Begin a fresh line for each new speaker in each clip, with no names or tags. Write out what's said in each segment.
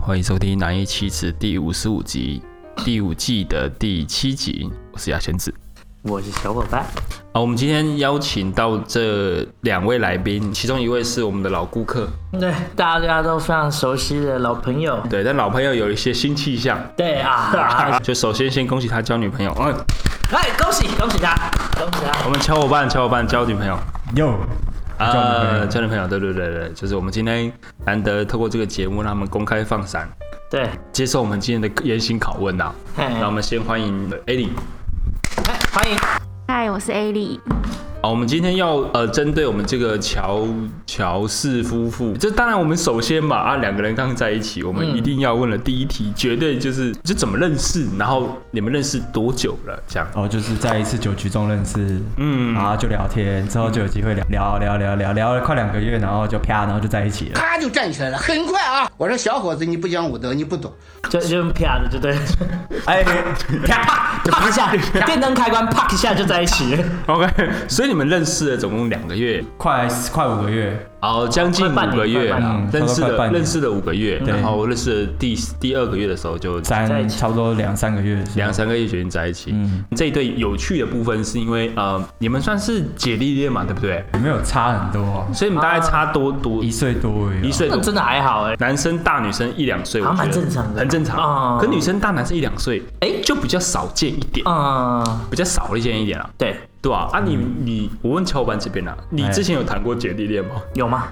欢迎收听《南一七子》第五十五集，第五季的第七集。我是牙仙子。
我是小伙伴，
啊，我们今天邀请到这两位来宾，其中一位是我们的老顾客，
对大家都非常熟悉的老朋友，
对，但老朋友有一些新气象。
对啊，
就首先先恭喜他交女朋友，嗯，
哎，恭喜恭喜他，恭喜他，
我们小伙伴小伙伴交女朋友，
哟，交女朋友
交女朋友，对对对对，就是我们今天难得透过这个节目，让他们公开放闪，
对，
接受我们今天的严刑拷问呐、啊。
哎
那我们先欢迎 a l i
哎欢迎，
嗨，我是 A 莉。
啊，我们今天要呃，针对我们这个乔乔氏夫妇，这当然我们首先吧啊，两个人刚在一起，我们一定要问了第一题，绝对就是就怎么认识，然后你们认识多久了？这样，
哦，就是在一次酒局中认识，
嗯
嗯，然后就聊天，之后就有机会聊聊聊聊聊聊了快两个月，然后就啪，然后就在一起了。
咔就站起来了，很快啊！我说小伙子，你不讲武德，你不懂。
就就啪的就对了，
哎，
啪 啪一下， 电灯开关啪一下就在一起了，
OK，所以你们认识了总共两个月，
快快五个月，
哦，将近
快半
五
年
个月
快半
年
啦，认识
差嗯不多快
了
半年
认识了五个月，然后认识了第第二个月的时候就
在一
三
起
差不多两三个月的时候，
两三个月决定在一起。
嗯
这一对有趣的部分是因为呃，你们算是姐弟恋嘛，对不对？
没有差很多啊，
所以你们大概差多多
一岁多而已啊。
一岁
那
多，
真的还好哎，
男生大女生一两岁，我
好
觉得
像蛮正常的
很正常。
哦
可女生大男生一两岁，啊哎
哎，
就比较少见一点，
嗯，
比较少见一点啊，
对，
对吧？啊，你你，我问乔伙伴这边啦，你之前有谈过姐弟恋 吗？
有吗？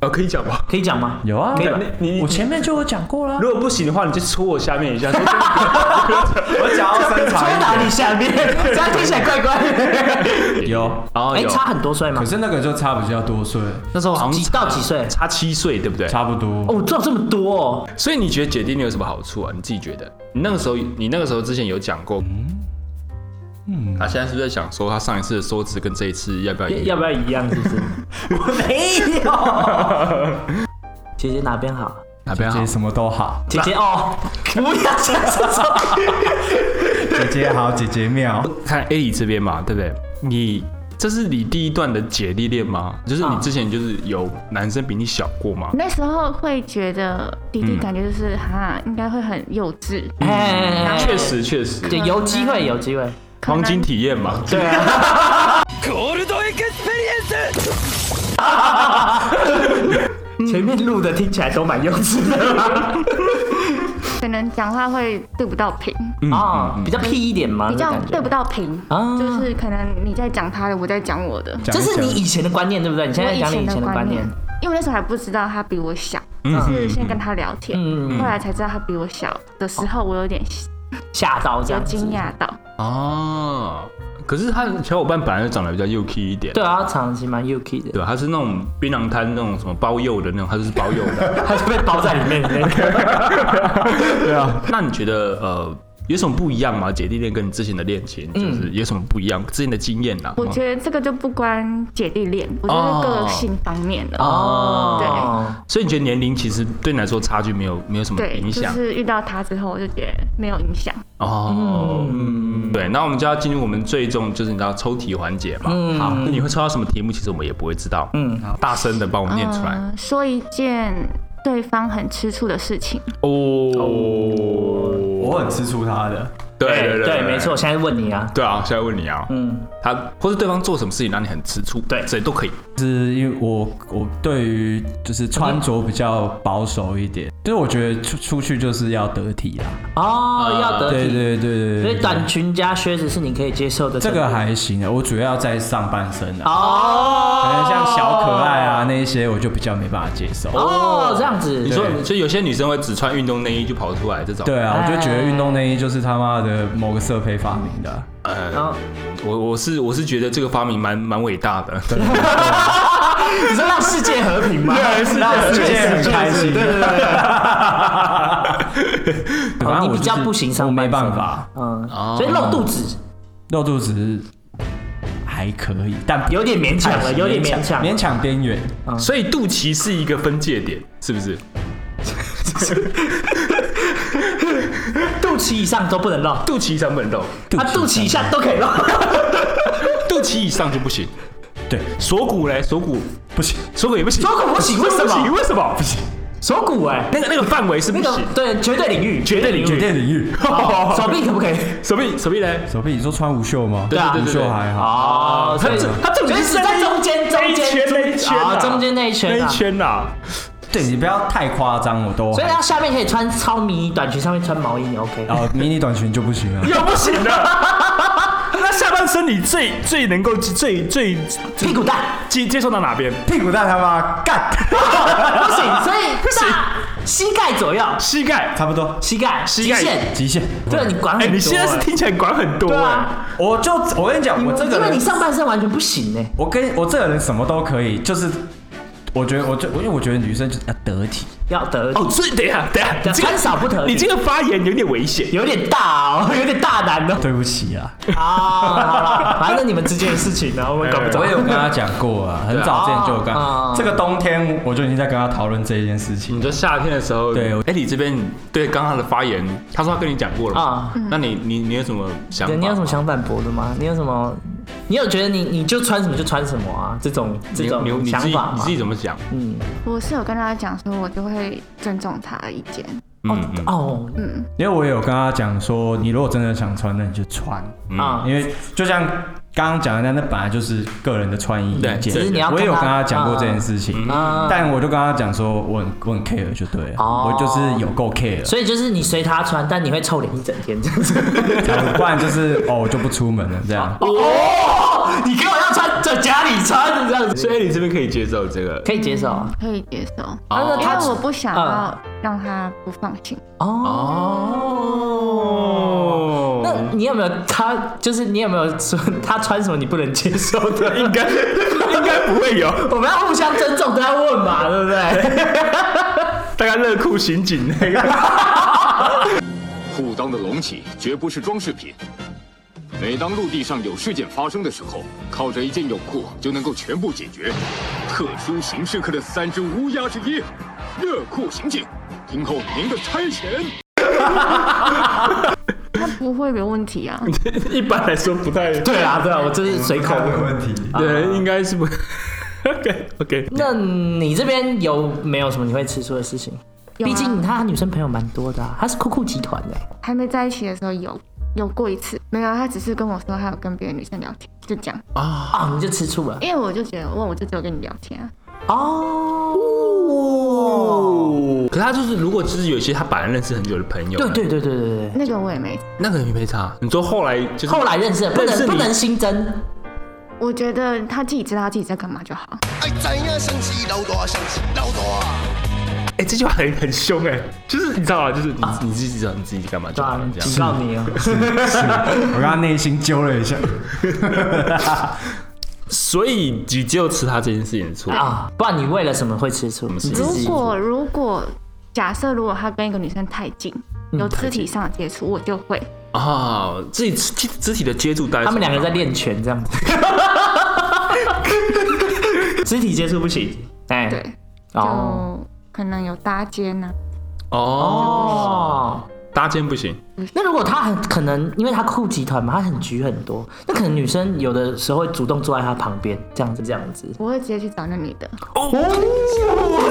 呃，哎可以讲吗？
可以讲吗？
有啊
可以吧？
你你
我前面就有讲过啦，
如果不行的话，你就戳我下面一下， 说真的
我讲到身
戳哪里下 面？这样听起来怪怪的。
有，
哦，
哎，
有
差很多岁吗
可？是那个就差比较多岁，
那时候好像
几到几岁？
差七岁，对不对？
差不多。
哦，做这么多哦，
所以你觉得姐弟恋有什么好处啊？你自己觉得？你那个时候，你那个时候之前有讲过，嗯，他现在是不是在想说他上一次的收支跟这一次要不要一样？
要不要一样？是不是？我没有。姐姐哪边好？
哪
姐
边好
姐？什么都好，
姐姐哦，不要这样说。
姐姐好，姐姐妙。
看 A 里这边嘛，对不对？你这是你第一段的姐弟恋吗？就是你
啊
之前就是有男生比你小过吗？
那时候会觉得弟
嗯
弟感觉就是哈，应该会很幼稚，
哎，
确实，确实，
对，有机会，有机会。
可
黄
能
金体验嘛。
对啊，前面录的听起来都蛮幼稚的
可能讲话会对不到平，
啊，比较屁一点嘛，
比较
嗯那感觉
对不。到平
啊，
就是可能你在讲他的，我在讲我的。
讲
这
一
是你
讲
以前的观念对不对？你现
我
在讲你以前的观念，，
因为那时候还不知道他比我小，
嗯
就是先跟他聊天，
嗯
后来才知道他比我小的时候，我有点
吓到这
有
样子
惊。讶到。
嗯
哦，可是他小伙伴本来就长得比较幼 K 一点。
对啊，长期蛮 UK 的，
对，他是那种槟榔摊那种什么包柚的那种，他就是包柚 的。
他是被包在里面的那个。
对啊，那你觉得呃有什么不一样吗？姐弟恋跟你之前的恋情，就是有什么不一样？之前的经验啦。
嗯我觉得这个就不关姐弟恋，我觉得是个性方面的。
哦，
嗯所以你觉得年龄其实对你来说差距没有没有什么
对，
影
就
响、
是遇到他之后，我就觉得没有影响。
哦。嗯，对，那我们就要进入我们最终就是你知道抽题环节嘛。
嗯
好，你会抽到什么题目，其实我们也不会知道。嗯，大声的帮我念出来。
呃说一件对方很吃醋的事情，
哦，
我很吃醋他的，
对
哎
对
对，没错。。现在问你啊，
对啊，现在问你啊，
嗯，
他或是对方做什么事情让你很吃醋，
对
这都可以。
是因为我我对于就是穿着比较保守一点，就是我觉得出出去就是要得体啦。
哦，要得
对
体，
对对对
所
对
以
对，
短裙加靴子是你可以接受的
这
程度。
个还行啊，我主要在上半身啊，
哦，
可能像小可爱啊那一些我就比较没办法接受。
哦，这样子
你，说
对，
就有些女生会只穿运动内衣就跑出来这种。
对啊，
哎
我就觉得运动内衣就是他妈的某个色胚发明的啊，
然后
我我是我是觉得这个发明蛮蛮伟大的。
你说让世界和平吗？
让世界很开心。
对对对对，
反正
哦你
我
比
就
较
是
不行上
我没
半身
办法，
嗯，所以露肚子
露肚子还可以，但
有点勉强了，有点勉强，啊
哎勉强边缘。
所以肚脐是一个分界点，是不是？
肚脐以上都不能露，
肚脐以上不能动，
啊，肚脐以下都可以露。
肚脐以上就不行。
对，
锁骨嘞，锁骨
不行，
锁骨也不行，
锁骨不行为什么
锁骨不行为什么不行？
锁骨哎、
那个那个范围是
那
不
个
行，
对绝对领域，
绝对领
酒
域。哦
店领域，
好手臂可不可以？
手臂手臂嘞，
手臂你说穿无袖吗？
对
啊
对
无
对
袖
对，
还好。
哦，
他这他重
就
点
是在中间中
那一
间
圈那一圈啊
啊，中间那一
那
圈
一
啊。
圈呐，
对你不要太夸张，我
哦
都
所以
还。
它下面可以穿超迷你短裙，上面穿毛衣，你 OK？
哦，迷你短裙就不行了。
又不行了。 那下半身你最最能够最最
屁 股大，
接接受到哪边？
屁股蛋他妈 干，
不行，所以大膝盖左右，
膝盖。
差不多
膝盖
膝
极
盖
限，
极限。
对你管很
哎，
多欸。
你现在是听起来管很多
对
哎。
啊，
我就我跟你讲，我这个
因为
人
你，上半身完全不行呢。
我跟我这个人什么都可以，就是我觉得我就因为我觉得女生就是要得体，
要得
哦，所以等一下，等一下，你这个
穿少不得体
你这个发言有点危险。
有点大哦， 有点大男哦。
对不 起啊，
啊，好啦反正你们之间的事情 啊呢，我们搞
哎
不
我
懂。
也有跟他讲过啊，很早之前就有跟
哦
他
哦
这个冬天我就已经在跟他讨论这一件事情。
你说夏天的时候，
对我
哎，你这边对刚刚的发言，他说他跟你讲过了
啊
嘛？那你你你有什么想法？
对，你有什么？想反驳的吗？你有什么？你有觉得你你就穿什么就穿什么啊？这种这
你
种
你你
想
自己
法吗
你自己怎么想？
嗯
我是有跟大家讲说，我就会尊重他的意见。
嗯嗯
哦
因为我也有跟他讲说，你如果真的想穿，那你就穿，
啊，
因为就像刚刚讲的，那那本来就是个人的穿衣意
对
见。
只是
你要
我也有
跟
跟
他
他讲过这件事情，
啊
但我就跟他讲说，我很我很 care 就对了，
哦
我就是有够 care，
所以就是你随他穿，但你会臭脸一整天这样子。
不然就是哦我就不出门了这样。
哦， 你给我要穿，在家里穿这样子，
所以你这边可以接受这个
可以接受啊。
可以接受，
哦
因为我不想要让他不放心。
哦。
哦
那你有没有他？就是你有没有说他穿什么你不能接受 的？
应该应该不会有，
我们要互相尊重，都要问嘛，对不对？
大概热裤刑警那个。
裤裆的隆起绝不是装饰品。每当陆地上有事件发生的时候，靠着一件泳裤就能够全部解决。特殊刑事课的三只乌鸦之一，热裤刑警，听候您的差遣。
他不会有问题啊，
一般来说不太对，
对啊，对啊，我就是随口
没有
问。
问题，
应该是不。OK OK，
那你这边有没有什么你会吃醋的事情？
有啊
毕竟他女生朋友蛮多的、啊，他是酷酷集团的、
还没在一起的时候有有过一次，没有，他只是跟我说他有跟别的女生聊天，就这样。
啊、你就吃醋了
因为我就觉得，哇，我就只有跟你聊天啊，
哦。
可是他就是，如果就是有些他本来认识很久的朋友，
对对对对对对
那个我也没。
那个也没差。你说后来就是
对，后来认识的不
认识
能
你
不能新增
我觉得他自己知道他自己在干嘛就好。
爱知影哎生死流大，生死流大。啊
哎、这句话很 很凶哎、就是你知道吗？就是你、你自己知道你自己干嘛就好
啊对啊
了，，这样
警告你哦。
我跟他内心揪了一下，
所以你只有吃他这件事情的错，
啊，不然你为了什么会嗯吃醋？你
事
自
如
己
果如果假设如果他跟一个女生太近，
嗯
有肢体上的接触，我就会。
哎
啊，自己肢肢体的接触，大概是
他们两个在练拳这样子， 肢体接触不行。哎，
对，
哦
就可能有搭肩啊呢、
哦，
哦。
搭肩不行，
那如果他很可能，因为他酷集团嘛，他很局很多，那可能女生有的时候会主动坐在他旁边，这样子这样子。
我会直接去找那女的。
哦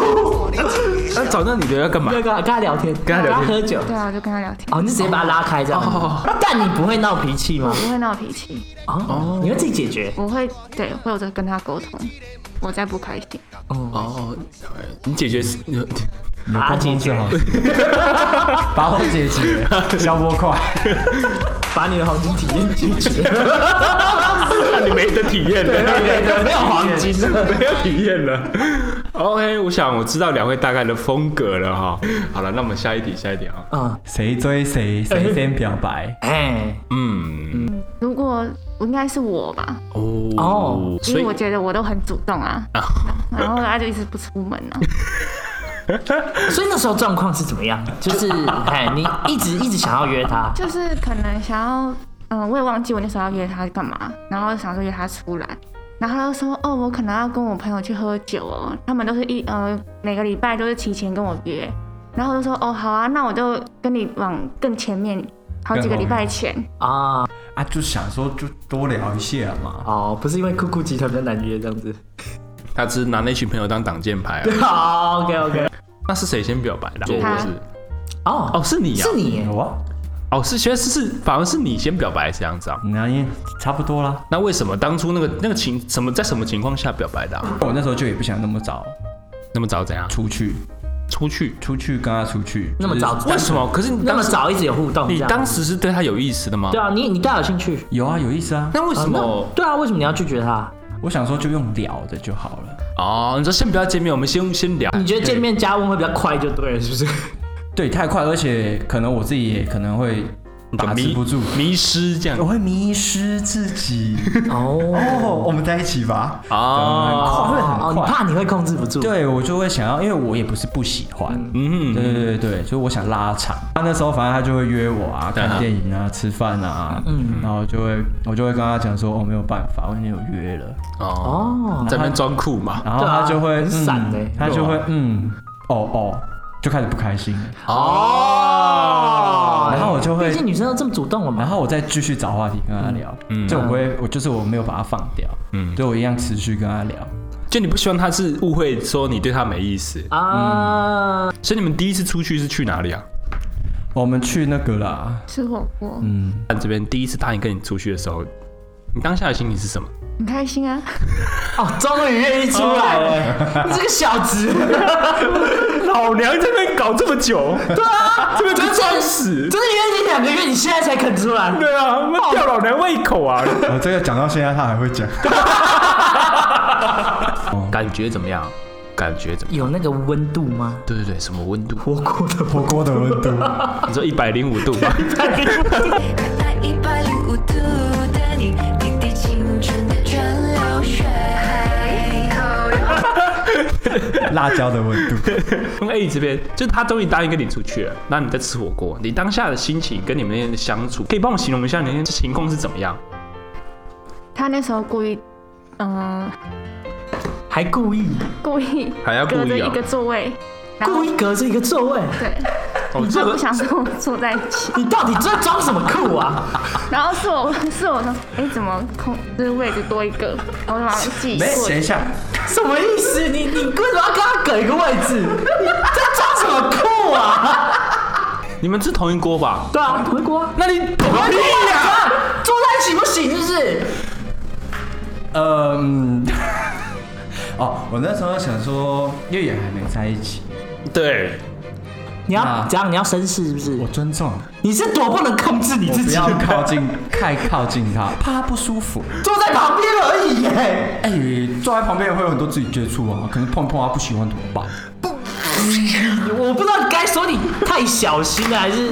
那找啊到你的要干嘛
那？个跟他聊天，
跟他聊天
喝酒。
对啊，我就跟他聊天，
哦，你就直接把他拉开这样子。
哦
但你不会闹脾气吗
我？不会闹脾气，
哦，你会自己解决。
我会对或者跟他沟通，我再不开心。
哦，你解决是
把他解决，
把我解决，消波快。
把你的黄金体验解决。
那你没得啊体验了，
没有黄金。
没有体验了。OK，我想我知道两位大概的风格了哈。好了，那我们下一题，下一题啊。
嗯，
谁追谁，谁先表白。
哎，
嗯，
如果我应该是我吧，
哦
哦，所
因为
以
嗯我觉得我都很主动啊， 然后他就一直不出门啊。
所以那时候状况是怎么样？就是 哎，你一直一直想要约他，
就是可能想要，嗯，我也忘记我那时候要约他干嘛，然后想说约他出来，然后他就说，哦，我可能要跟我朋友去喝酒哦，他们都是一呃每个礼拜都是提前跟我约，然后我就说，哦，好啊，那我就跟你往更前面好几个礼拜前，
啊，
啊，就想说就多聊一下嘛。
哦，不是因为酷酷集团比较难约这样子。
他只是拿那群朋友当挡箭牌啊。
好，OK OK，
那是谁先表白的啊？
对
我
他
是
哦
哦，是你啊
是，你耶，
有啊，
哦，是学是是，反而是你先表白这样子啊？
那也差不多啦。
那为什么当初那个那个情什么在什么情况下表白的、啊？
我那时候就也不想那么早
那么早怎样
出去，
出去？
出去跟他出去，
那么
就是
早
为什么？可是你
那么
当时
早一直有互动？
你
这样
当时是对他有意思的吗？
对啊，你你对他有兴趣？
有啊，有意思啊。
那为什么？
啊那对啊，为什么你要拒绝他？
我想说就用聊的就好了。
哦，你说先不要见面，我们先先聊。
你觉得见面加温会比较快就对了，是不是？
对，太快，而且可能我自己也可能会把持
迷
不住，
迷失这样
我会迷失自己。
哦
哦，我们在一起吧。
哦，
很快，会
哦，
很
你
快。
怕你会控制不住？，
对我就会想要，因为我也不是不喜欢，
嗯
对对对对，所以我想拉长。他那时候反正他就会约我啊，
对啊
看电影啊，吃饭啊，嗯，然后就会我就会跟他讲说，哦，没有办法，我已经有约了。
哦，
哦，
在那边装酷嘛。
然后
对啊
他就会
很散
嗯
欸
他就会嗯，哦哦，就开始不开心。
哦，
然后我就会
哎毕，竟女生都这么主动了
然
嘛。
后我再继续找话题跟他聊，就我不会，我就是我没有把他放掉，
嗯
嗯，对我一样持续跟他聊。
就你不希望他是误会说你对他没意思，
啊，
所以你们第一次出去是去哪里啊？
我们去那个啦，
吃火锅，
看这边第一次答应跟你出去的时候，你当下的心情是什么？
很开心啊。
哦，终于愿意出来了，你这个小子，
哦 老娘这边搞这么久，对啊，这边真装死，
真的约你两个月，你现在才肯出来，
对啊，吊老娘胃口啊！
我哦这个讲到现在他还会 讲，
感觉怎么样？感觉怎么样？
有那个温度吗？
对对对，什么温度？
火锅的
火锅的温度，
你说一百零五度吗？
可爱一百零五度的你，滴滴清纯的蒸 馏水。
辣椒的温度，
从 A 这边，就是他终于答应跟你出去了，那你在吃火锅，你当下的心情跟你们那天的相处，可以帮我形容一下你那天情况是怎么样？
他那时候故意，嗯、
还故意
故意
还要故意啊
隔着一个座位，然后
故意隔着一个座位，
对，
哦，
他
这
不
个
想跟我坐在一起。
你到底在装什么酷啊？
然后是我 是我说，哎、怎么空就是位置多一个？我就把它记
没，
过
等一
去。
下，
什么意思？你你为什么要跟他隔一个位置？ 你在装什么酷啊？
你们吃同一锅吧？
对啊，回国啊，
那你懂个屁呀！
坐在一起不行，是不是？
呃嗯， 哦，我那时候想说，因为也还没在一起，
对，
你要
啊
怎样？你要绅士是不是
我？尊重，啊
你是多不能控制你
我
自
不
己
要
的，
靠近，太靠近他，怕他不舒服。
坐在旁边而已耶。
哎、坐在旁边也会有很多自己接触啊，可能碰碰他不喜欢怎么办？
我不知道该说你太小心了还是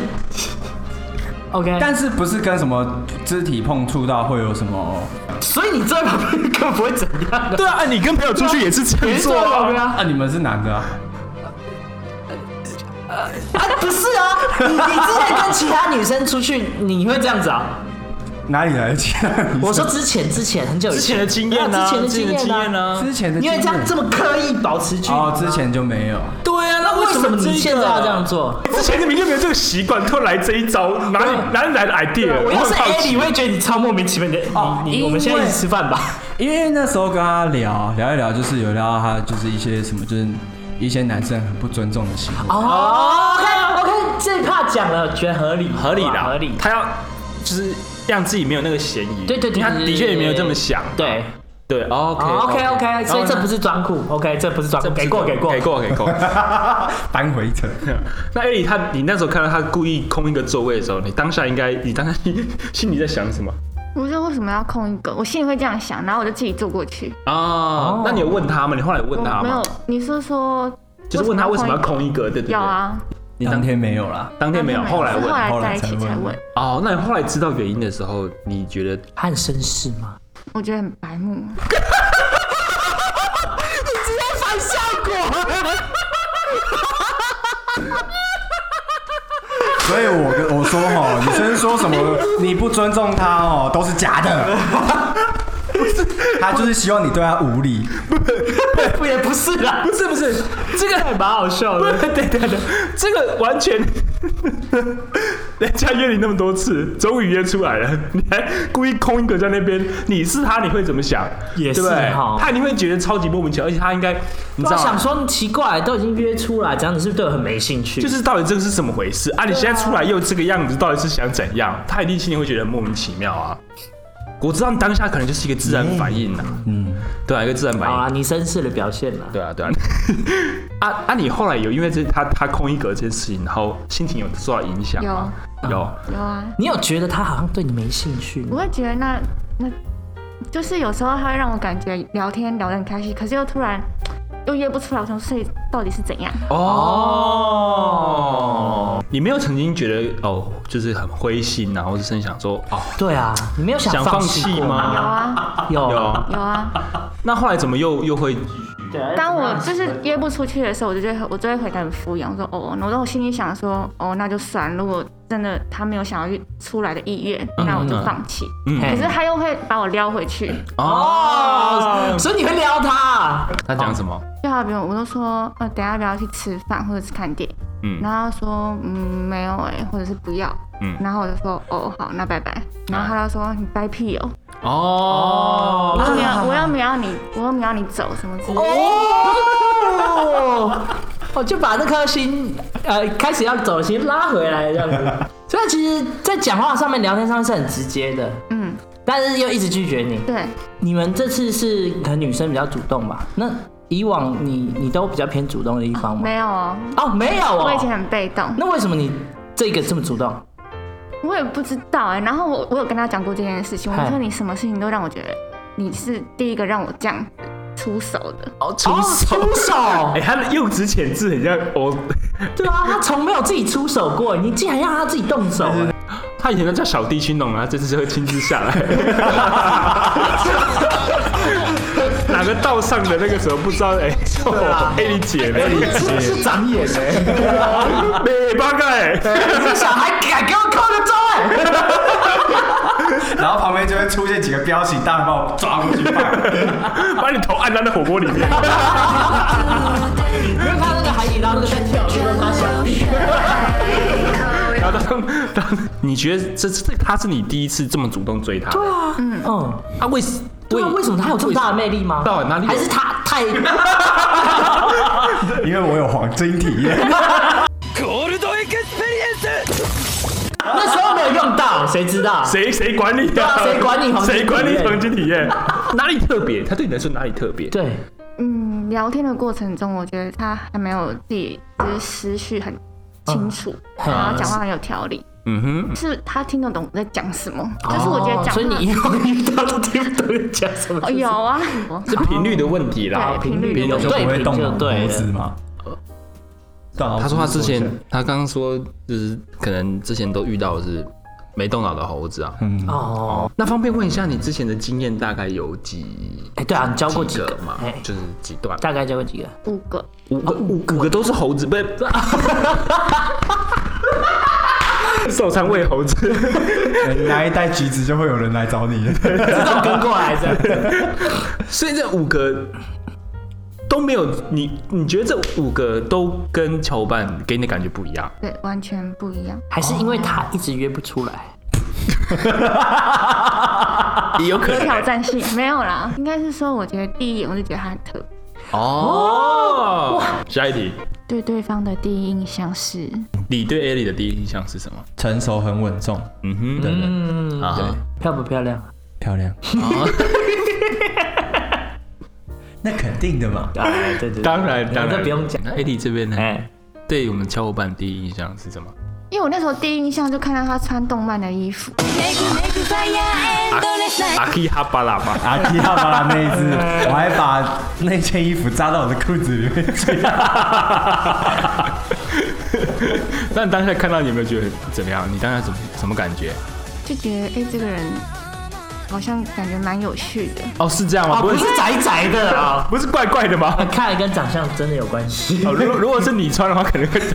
OK，但
但是不是跟什么肢体碰触到会有什么？
所以你坐在旁边更不会怎样的。
对啊，你跟朋友出去也是这
你
样
是坐
做
在旁
啊。
边啊？
啊，你们是男的啊？
啊，不是啊，你你之前跟其他女生出去，你会这样子啊？
哪里来的其他人？
我说之前之前很久以
之前的经验
对
呢？
啊之前的
之前的
经
经验
验啊，
呢？
之前的
因为这样
经
这么刻意保持距离，
哦，之前就没有。
对啊，那为什么你现在要这样做？
啊之前你们就没有这个习惯，突然来这一招，哪里哪里来的 idea？
哦我要是
很好
A，
奇
你会觉得你超莫名其妙的。
哦
你你
因为
我们现在一起吃饭吧。
因为那时候跟他聊聊一聊，就是有聊到他就是一些什么，就是一些男生很不尊重的行为。
哦，OK OK，这一趴讲了，觉得合理，
合理
吧
啦，
哦合理。
他要就是让自己没有那个嫌疑。
对对对，
因为他的确也没有这么想。
对
对，OK 哦
，OK OK，所以哦这不
是
是装酷，OK，这不是装酷，给过给过
给。过给过。
哦
搬回城，
那艾里他，你那时候看到他故意空一个座位的时候，你当下应该，你当下 心心里在想什么
我说为什么要空一个？我心里会这样想，然后我就自己坐过去。
啊？那你有问他吗？你后来有问他
我没
吗
有？，你是说
就是问他为什么要空一个，对不对？
要，啊，
你
当
当
天没有啦，
当天没有，后来
是后
问。
来
后
在
来
一
才
起才
问
问。
哦，那你后来知道原因的时候，你觉得
他很绅士吗？
我觉得很白目，
所以我跟我说哈，女生说什么你不尊重他哦，都是假的， 他就是希望你对他无礼，
不也不是啦，
不是不 是，这个
还蛮好笑的。
对对对，这个完全， 人家约你那么多次，终于约出来了， 你还故意空一个在那边，你是他，你会怎么想？
也是
对不对
哈
他一定会觉得超级莫名其妙，而且他应该，你知
我
道
想
吗？
说奇怪，都已经约出来，这样你是不是对我很没兴趣？
就是到底这个是怎么回事啊？你现在出来又这个样子，到底是想怎样？他一定心里会觉得莫名其妙啊。我知道你当下可能就是一个自然反应呐、嗯，对啊，一个自然反
好
应。
啊，你绅士的表现啦。
对啊，对啊。啊啊！你后来有因为这他他空一格这件事情，然后心情有受到影响吗？有有，
有啊，
你有觉得他好像对你没兴趣
我
吗？
会觉得那那，就是有时候他会让我感觉聊天聊得很开心，可是又突然又约不出来，我想所以到底是怎样？
嗯
哦，你没有曾经觉得哦，就是很灰心啊，或是真想说哦，
对啊，你没有
想
放
放弃
过？
有
吗？
啊，
有，
有。
有啊。
那后来怎么又又会？
当我就是约不出去的时候，我就觉得我就会回答很敷衍，我说哦，然后我心里想说哦，那就算，如果真的他没有想要约出来的意愿，
嗯
那我就
嗯
放弃。
嗯
可是他又会把我撩回去，
哦，所以你会撩他？
他讲什么？
就好比我都说呃，等一下不要去吃饭或者是看电影，
嗯
然后他说嗯没有哎、或者是不要，
嗯
然后我就说哦好，那拜拜。然后他就说你掰屁哦，
哦，
我又没有，我又没有你，我又没有你走什么之类的。
哦，我就把那颗心，呃，开始要走的心拉回来，这样子。所以其实，在讲话上面、聊天上面是很直接的，
嗯，
但是又一直拒绝你。
对，
你们这次是可能女生比较主动吧？那以往你你都比较偏主动的一方吗？
没有哦，
哦，没有哦。
我以前很被动。
那为什么你这个这么主动？
我也不知道哎、然后我我有跟他讲过这件事情，我
嗨
就说你什么事情都让我觉得你是第一个让我这样出手的，
哦，出手，
哦出手
哎，他的用词遣字很像哦，
对啊，他从没有自己出手过，你竟然让他自己动手，
他以前都叫小弟去弄啊，这次就会亲自下来。 哪个道上的那个什么不知道？哎、哦，哎、你姐呢？你
是是长眼哎，
美八个哎，
这小孩敢给我扣个钟哎，
然后旁边就会出现几个彪形大汉把我抓过去放。
把你头按到那火锅里面。
因为他那个海底捞那个在跳，就他小
然后当当，你觉得这这他是你第一次这么主动追他？对啊，
嗯，
啊为什
对啊，为什么他有这么大的魅力吗？
到底哪里有
还是他太
因为我有黄金体验，
那时候没有用到，谁知道？
谁谁管你
啊
啊？
谁管你黄 金
谁管
体
你
验
黄金体验？ 哪里特别？他对你来说哪里特别？
对，
嗯，聊天的过程中，我觉得他还没有自己就是思绪很清楚，
嗯
然后讲话很有条理，
嗯哼。
是他听得懂我在讲什么，可是我觉得
哦
讲
所以
话
你以后遇到都听不懂你讲什么
哦。有啊，
是频率的问题啦，
对频率的问
就不
题
对
会
平
动
就对
脖
了
子嘛。
他
他
啊说他之前，他刚刚说就是可能之前都遇到的是没动脑的猴子啊。
哦，
那方便问一下，你之前的经验大概有几？
哎，对啊，你教过几
几
个
个嘛
哎，
就是几段？
大概教过几个？
五个，
五个，五五个都是猴子，不是？受伤喂猴子，
拿一袋橘子就会有人来找你。
自动跟过来的。
所以这五个都没有你，你觉得这五个都跟小伙伴给你的感觉不一样？
对，完全不一样。
还是因为他一直约不出来。
也有可
有挑
能
战性没 有啦，应该是说，我觉得第一眼我就觉得他很特别，
哦。下一题，
对对方的第一印象是
你对艾莉的第一印象是什么？
成熟很稳重
嗯啊哼，
的人，
嗯，
啊哈。
漂不漂亮？啊
漂亮。 那肯定的嘛，
哎，对对，对
当然，当然，
这不用讲
那 AD 这边呢？
哎，
对我们小伙伴第一印象是什么？
因为我那时候第一印象就看到他穿动漫的衣服，
阿基哈巴拉巴，
阿基亚巴拉那一
哎
只，我还把那件衣服扎到我的裤子里面去。
那你当下看到你有没有觉得怎么样？你当下怎么什么感觉？
就觉得哎、诶这个人好像感觉蛮有趣的。
哦，是这样吗？
哦，不是宅宅的啊，
不是怪怪的吗？
看来跟长相真的有关系。
哦，如果如果是你穿的话，可能会。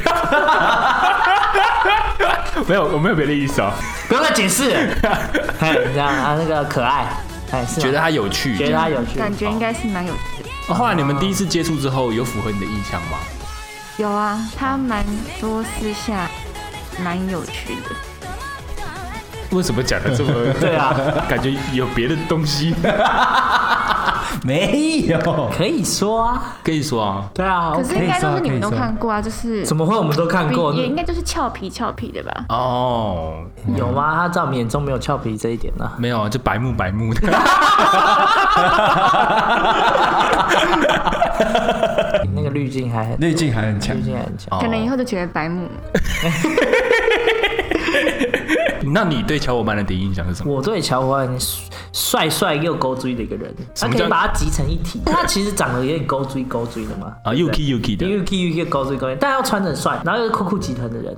没有，我没有别的意思哦。
不用再解释，哎，这样啊，那个可爱，哎，是吗
觉得它有趣，
觉得它有趣，
感觉应该是蛮有趣的。
哦。后来你们第一次接触之后，有符合你的印象吗？
有啊，他蛮多私下蛮有趣的。
为什么讲的这 么
对啊？
感觉有别的东 西
没有，
可以说啊，
可以说啊。
对啊，
可
OK
是应该都
可以说
是你们都
可以说
看过啊，就是
怎么会我们都看过？
也应该就是俏皮俏皮的吧？
哦，
有吗？他在我们眼中没有俏皮这一点呢、
没有啊，就白目白目的。
那个滤镜还
滤镜还很强
滤。镜还很强。
哦
可能以后就觉得白目。
那你对小伙伴的第一印象是什么？
我对乔伙很帅帅又勾追的一个人，他
么
可以
叫
把他集成一体。他其实长得有点勾追勾追的嘛，
啊，Yuki Yuki 的，
又 Q 又勾追勾追，但要穿得很帅，然后又是酷酷集团的人。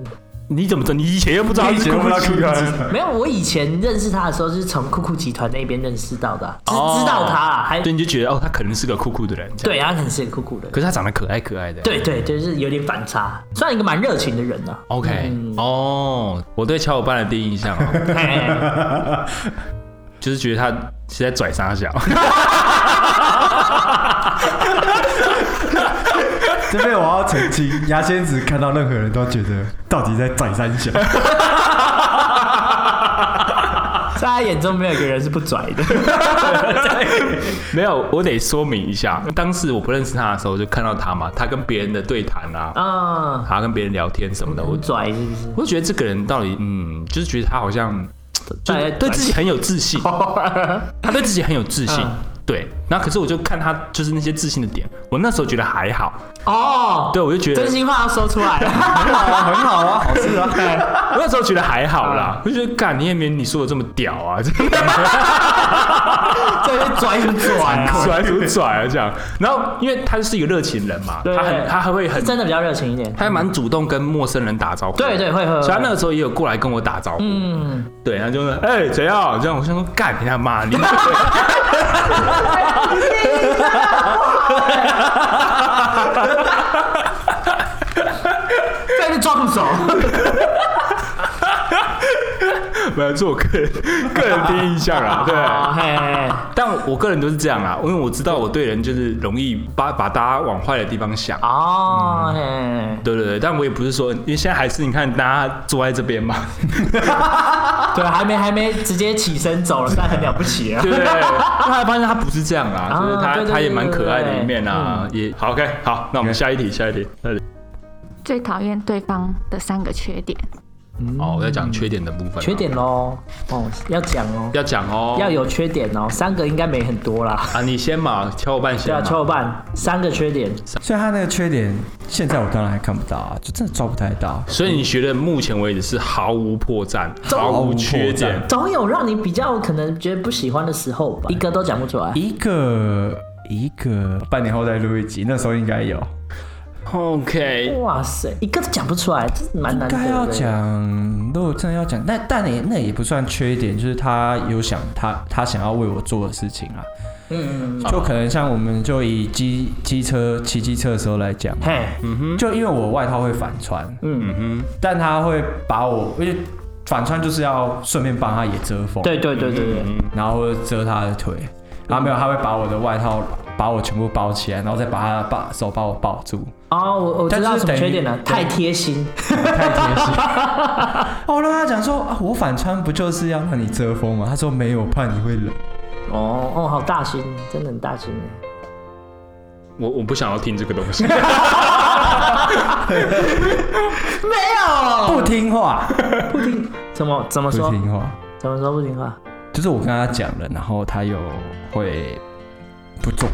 你怎么知道？你以前又不知道
你以前又不知道
Kuki
是
啊
没有，我以前认识他的时候是从酷酷集团那边认识到的啊，只
哦
是知道他啊，还
对，你就觉得哦，他可能是个酷酷的人。这样，
对，他很是个酷酷的人。
可是他长得可爱可爱的。
对对对，就是有点反差，算一个蛮热情的人啊呢、
，OK，哦，我对小伙伴的第一印象哦
嘿嘿嘿
就是觉得他是在拽傻小。
这边我要澄清，牙仙子看到任何人都觉得到底在拽三 小，
在他眼中没有一个人是不拽的。
没有，我得说明一下，当时我不认识他的时候，就看到他嘛，他跟别人的对谈啊，
啊，
他跟别人聊天什么的，我
很拽是不 是？
我就觉得这个人到底，嗯，就是觉得他好像
大
对
家
对自己很有自信，他对自己很有自信
哦嗯。
对，然后可是我就看他就是那些自信的点，我那时候觉得还好，
哦，
对我就觉得
真心话要说出来了。
很好啊，很好 啊，好事啊。
我那时候觉得还好
啊
啦，我就觉得干你也没你说的这么屌 啊，这
这是拽不拽啊？
拽不拽啊这样。然后因为他是一个热情人嘛，
对
他很他还会很
是真的比较热情一点。
他还蛮主动跟陌生人打招呼，
对对会会
所以他
会
那个时候也有过来跟我打招呼，
嗯，
对，他就说哎、怎样这样，我想说干你他妈 你，对
在那抓不走。
没有，这是我个人个人第一印象 啦，
哦
对。
嘿嘿，嘿
但我个人都是这样啊啦，因为我知道我对人就是容易把把大家往坏的地方想。
嗯
哦，嘿嘿，
对对对，但我也不是说，因为现在还是你看大家坐在这边嘛，
对，还没还没直接起身走了，但很了不起啊。
对，因为 后来发现他不是这样啊，
啊
就是他
对对对
他也蛮可爱的一面啊，也好 OK，好，那我们下一题，下一题，下一题。
最讨厌对方的三个缺点，
哦，我在讲缺点的部分啊，
缺点喽，哦，要讲哦，
要讲哦，
要有缺点哦，三个应该没很多啦。
啊，你先嘛，小伙伴
对
先
啊，
嘛，
小伙伴，三个缺点，
所以他那个缺点，现在我当然还看不到啊，就真的抓不太到。
所以你觉得目前为止是毫无破绽，毫无缺点，
总有让你比较可能觉得不喜欢的时候吧，一个都讲不出来。
一个一个，半年后再录一集，那时候应该有，
OK，
哇塞，一个都讲不出来，这是蛮
应
难得
该要
的。
讲。如果真的要讲，那但也那也不算缺点，就是他有想他他想要为我做的事情啊。嗯，就可能像我们就以机机车骑机车的时候来讲，
嘿，
就因为我外套会反穿，嗯哼，但他会把我，因为反穿就是要顺便帮他也遮风，
对对对对对，
然后遮他的腿，然后没有，他会把我的外套把我全部包起来，然后再把他把手把我抱住，
哦，我我知
但
道
是
什么
等于
缺点了，
对
太贴心。
太贴心。哦，让他讲说啊，我反穿不就是要让你遮风吗？他说没有，怕你会冷。
哦哦，好大心，真的很大心。
我我不想要听这个东 西，
哦
不听话，
怎么怎么
不
说？
听话，
怎么说不听话？
就是我跟他讲了，然后他又会不做，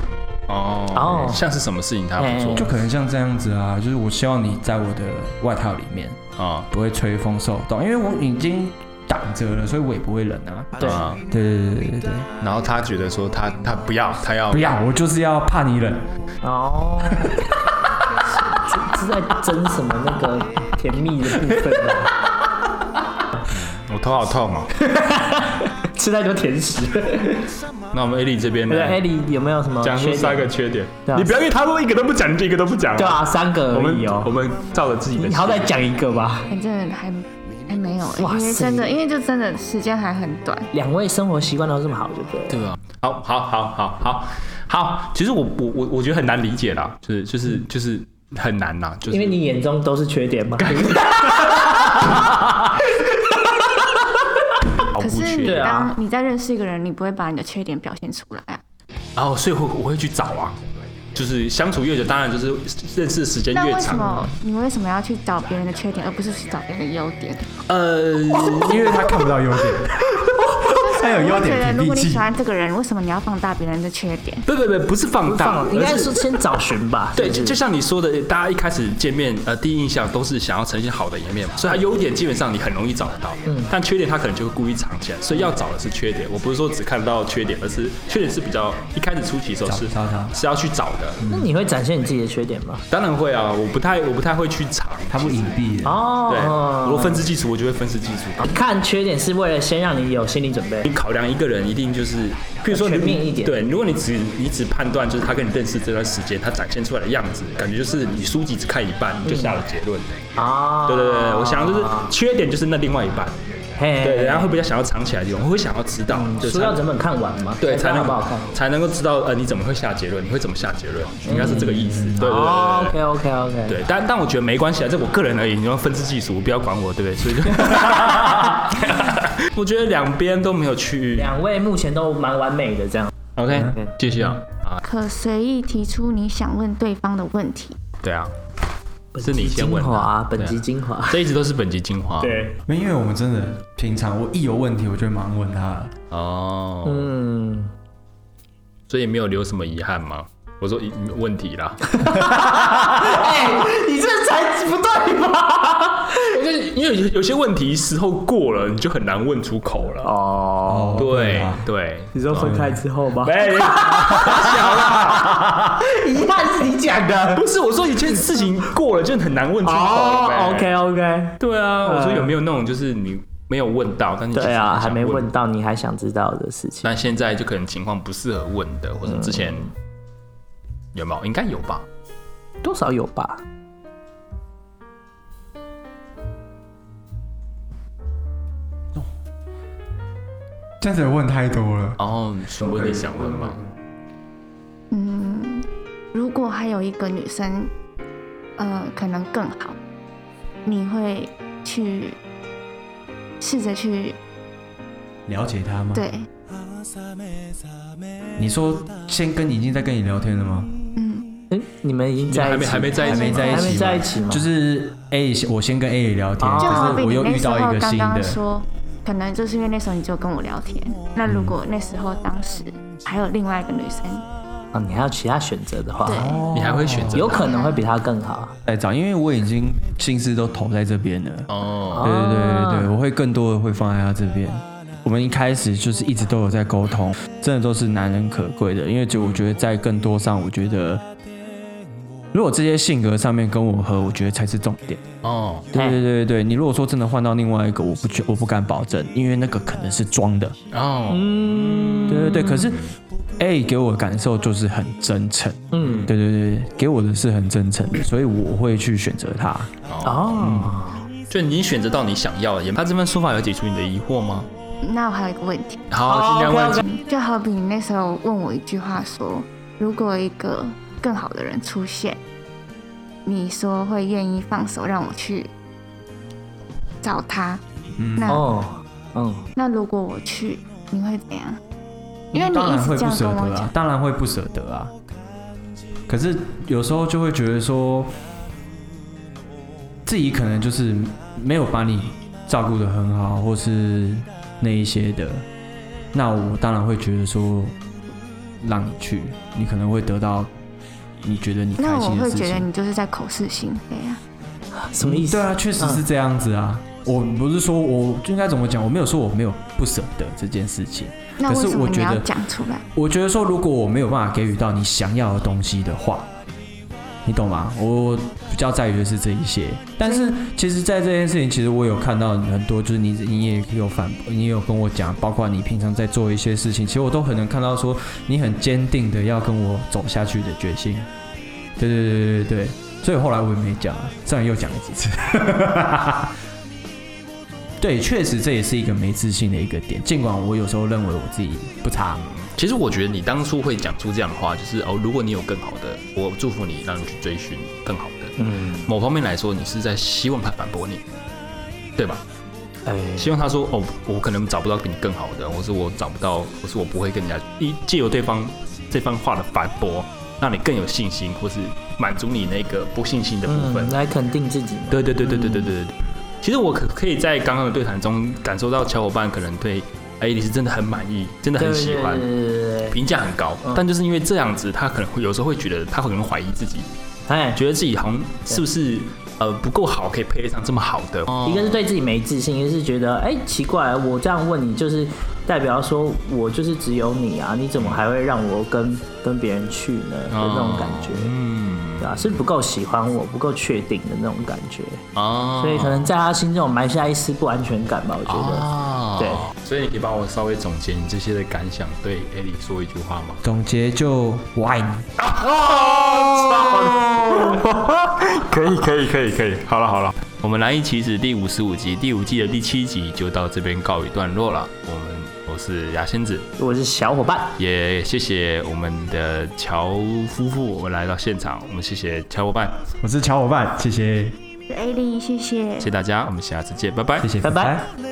哦
哦，
像是什么事情他不
哎
做
就可能像这样子啊，就是我希望你在我的外套里面。
啊
不会吹风受冻，因为我已经挡着了，所以我也不会冷啊。
对
啊，
对对对对对，
然后他觉得说他他不要，他要
不要，我就是要怕你冷。
哦， 这是在争什么那个甜蜜的部分啊呢？
我头好痛哦。
吃太多甜食。
那我们 Ellie 这边呢
对，？艾莉有没有什么
讲
缺
出
点
三个缺点
对，啊
你不要因为他都一个都不讲，你就一个都不讲。
对啊，，三个
我
而
们
已
我
哦。
们照着自己的
你好歹讲一个吧。
反正还还没有、
哇
因为
塞
真的，因为就真的时间还很短。
两位生活习惯都这么好，对不对？
对啊，好，好，好，好，好，好。其实我我我我觉得很难理解啦，就是就是就是很难啦，就是
因为你眼中都是缺点嘛。
熬
可
不
是你
缺
对啊
当你在认识一个人，你不会把你的缺点表现出来啊。
然后所以我我会去找啊，就是相处越久，当然就是认识的时间
那
越
为什
长，
么你为什么要去找别人的缺点，而不是去找别人的优点？
呃，
因为他看不到优 点。
就是
他有优
我会觉
点屏蔽
得如果你
器
喜欢这个人，为什么你要放大别人的缺点？
不不不，不是放大，
应
而
该
是
是嗯先找寻吧。
对，
是
就
不是
就像你说的，大家一开始见面，呃，第一印象都是想要呈现好的一面嘛，所以他优点基本上你很容易找得到，但缺点他可能就会故意藏起来，所以要找的是缺点。我不是说只看到缺点，而是缺点是比较一开始初期的时候是
找它
是要去找的。
那你会展现你自己的缺点吗？
当然会啊，我不太我不太会去藏，
他不隐蔽的，
对，
哦，
如果分支基础，我就会分支基础。
看缺点是为了先让你有心理准备
你。考量一个人，一定就是，譬如说你
全面一点
对，如果你只你只判断就是他跟你认识这段时间他展现出来的样子，感觉就是你书籍只看一半
嗯
你就下了结论。
啊，
对对对，对我想就是缺点就是那另外一半，
嘿，
对，然后会比较想要藏起来的地方，我会想要知道，就
书
才
要整本嗯看完嘛，
对
才
才
知
能
道好不好看。
才能够知道呃你怎么会下结论，你会怎么下结论，应该是这个意思。对对
哦
对对对。
，OK OK OK，
对，但但我觉得没关系啊，这我个人而已，你要分支技术，不要管我，对不对？所 以就，我觉得两边都没有去
两位目前都蛮完美的这样。
OK，继续啊，
嗯
可随意提出你想问对方的问题。
对啊，是你先问
精
的
华，本
对
集
啊
精华。
这一直都是本集精华。，
对，
没因为我们真的平常我一有问题，我就会马上问他。
哦，
嗯，
所以没有留什么遗憾吗？我说遗问题啦，
哎，你这才不对吧？
因为因为有有些问题时候过了，你就很难问出口了。
哦，
哦，
对
啊
对，
你说分开之后吗？
哎，
遗憾是你讲的。
不是我说有些事情过了就很难问出口。哎
哦，OK OK，
对啊，
嗯
我说有没有那种就是你没有问到，但是
对啊，还没问
问，
到你还想知道的事情。
但现在就可能情况不适合问的，或者之前
嗯
有没有？应该有吧。
多少有吧？
这样子问太多了。
然后什么哦你想问吗？
如果还有一个女生，呃，可能更好，你会去试着去
了解他吗？
对，
你说先跟你已经在跟你聊天了吗？
嗯，
哎，你们已经在
还
一
没
起，
还没在一起吗，
还没在一起吗
还没在一起吗
就是 A，我先跟 A 聊天，
哦
就好
可
比
是我
你
又
那
遇
时
到
候
一个
刚
新的
刚。说，可能就是因为那时候你就跟我聊天，那如果那时候当时还有另外一个女生，
啊，你还有其他选择的话，
对，
你还会选择
有可能会比他更好。
来找，因为我已经心思都投在这边了。
哦，
啊
对对对对对，我会更多的会放在他这边。我们一开始就是一直都有在沟通，真的都是难能可贵的。因为就我觉得在更多上，我觉得如果这些性格上面跟我合，我觉得才是重点。
哦，
嗯
对对对对，你如果说真的换到另外一个，我不觉我不敢保证，因为那个可能是装的。
哦，
嗯，
对对对，可是 A 给我的感受就是很真诚。
嗯，
对对对，给我的是很真诚的，所以我会去选择他。
哦，
就你选择到你想要的，也他这番说法有解除你的疑惑吗？
那我还有一个问题，
好，尽量问。
就好比你那时候问我一句话说，如果一个更好的人出现，你说会愿意放手让我去找他，那、
哦，嗯，
那如果我去，你会怎样？因为你
当
一
然会
直这
不
样
舍
跟我
得
讲
啊，，当然会不舍得啊。可是有时候就会觉得说，自己可能就是没有把你照顾的很好，或是那一些的，那我当然会觉得说，让你去，你可能会得到你觉得你
那
开
我
心的
会
事
觉得
情。
你就是在口是心非啊。
什么意思？
对啊，确实
嗯
是这样子啊。我不是说我就应该怎么讲，我没有说我没有不舍得这件事情。
那
可是
为什么
我
你
觉
要
得
讲出来？
我觉得说，如果我没有办法给予到你想要的东西的话，你懂吗？我比较在意的是这一些。但是其实，在这件事情，其实我有看到很多，就是你你也有反，你也有跟我讲，包括你平常在做一些事情，其实我都很能看到说你很坚定的要跟我走下去的决心。对对对对对对，所以后来我也没讲啊，虽然又讲了几次。 对，确实这也是一个没自信的一个点。尽管我有时候认为我自己不差，
其实我觉得你当初会讲出这样的话，就是哦，如果你有更好的，我祝福你，让你去追寻更好的。嗯，某方面来说，你是在希望他反驳你，对吧？
哎、
希望他说哦，我可能找不到比你更好的，或是我找不到，或是我不会跟人家一借由对方这番话的反驳，让你更有信心，或是满足你那个不信心的部分。
嗯，来肯定自己嘛。
对对对对对对对对。嗯其实我可可以在刚刚的对谈中感受到小伙伴可能对爱丽丝真的很满意，真的
对，
很喜欢，
对对对对对
评价很高。但就是因为这样子，他可能会有时候会觉得他可能怀疑自己，
哎，
觉得自己好像是不是呃不够好，可以配得上这么好的。
一个是对自己没自信，一个是觉得哎、奇怪，我这样问你就是代表说我就是只有你啊，你怎么还会让我跟跟别人去呢？的那种感觉，
嗯
对啊，是不够喜欢我，不够确定的那种感觉，
哦，
所以可能在他心中埋下一丝不安全感吧，我觉得。
哦
对，
所以你可以帮我稍微总结你这些的感想，对艾莉说一句话吗？
总结就我爱你。
可以，可以，可以，可以。好了，好了，我们《蓝衣棋子》第五十五集、第五季的第七集就到这边告一段落了。我们我是牙仙子，
我是小伙伴，
也谢谢我们的乔夫妇，我们来到现场，我们谢谢乔伙伴，
我是乔伙伴，谢谢，
是 A 丽，谢谢
谢谢大家，我们下次见，拜拜，
谢谢，
拜拜
拜拜
「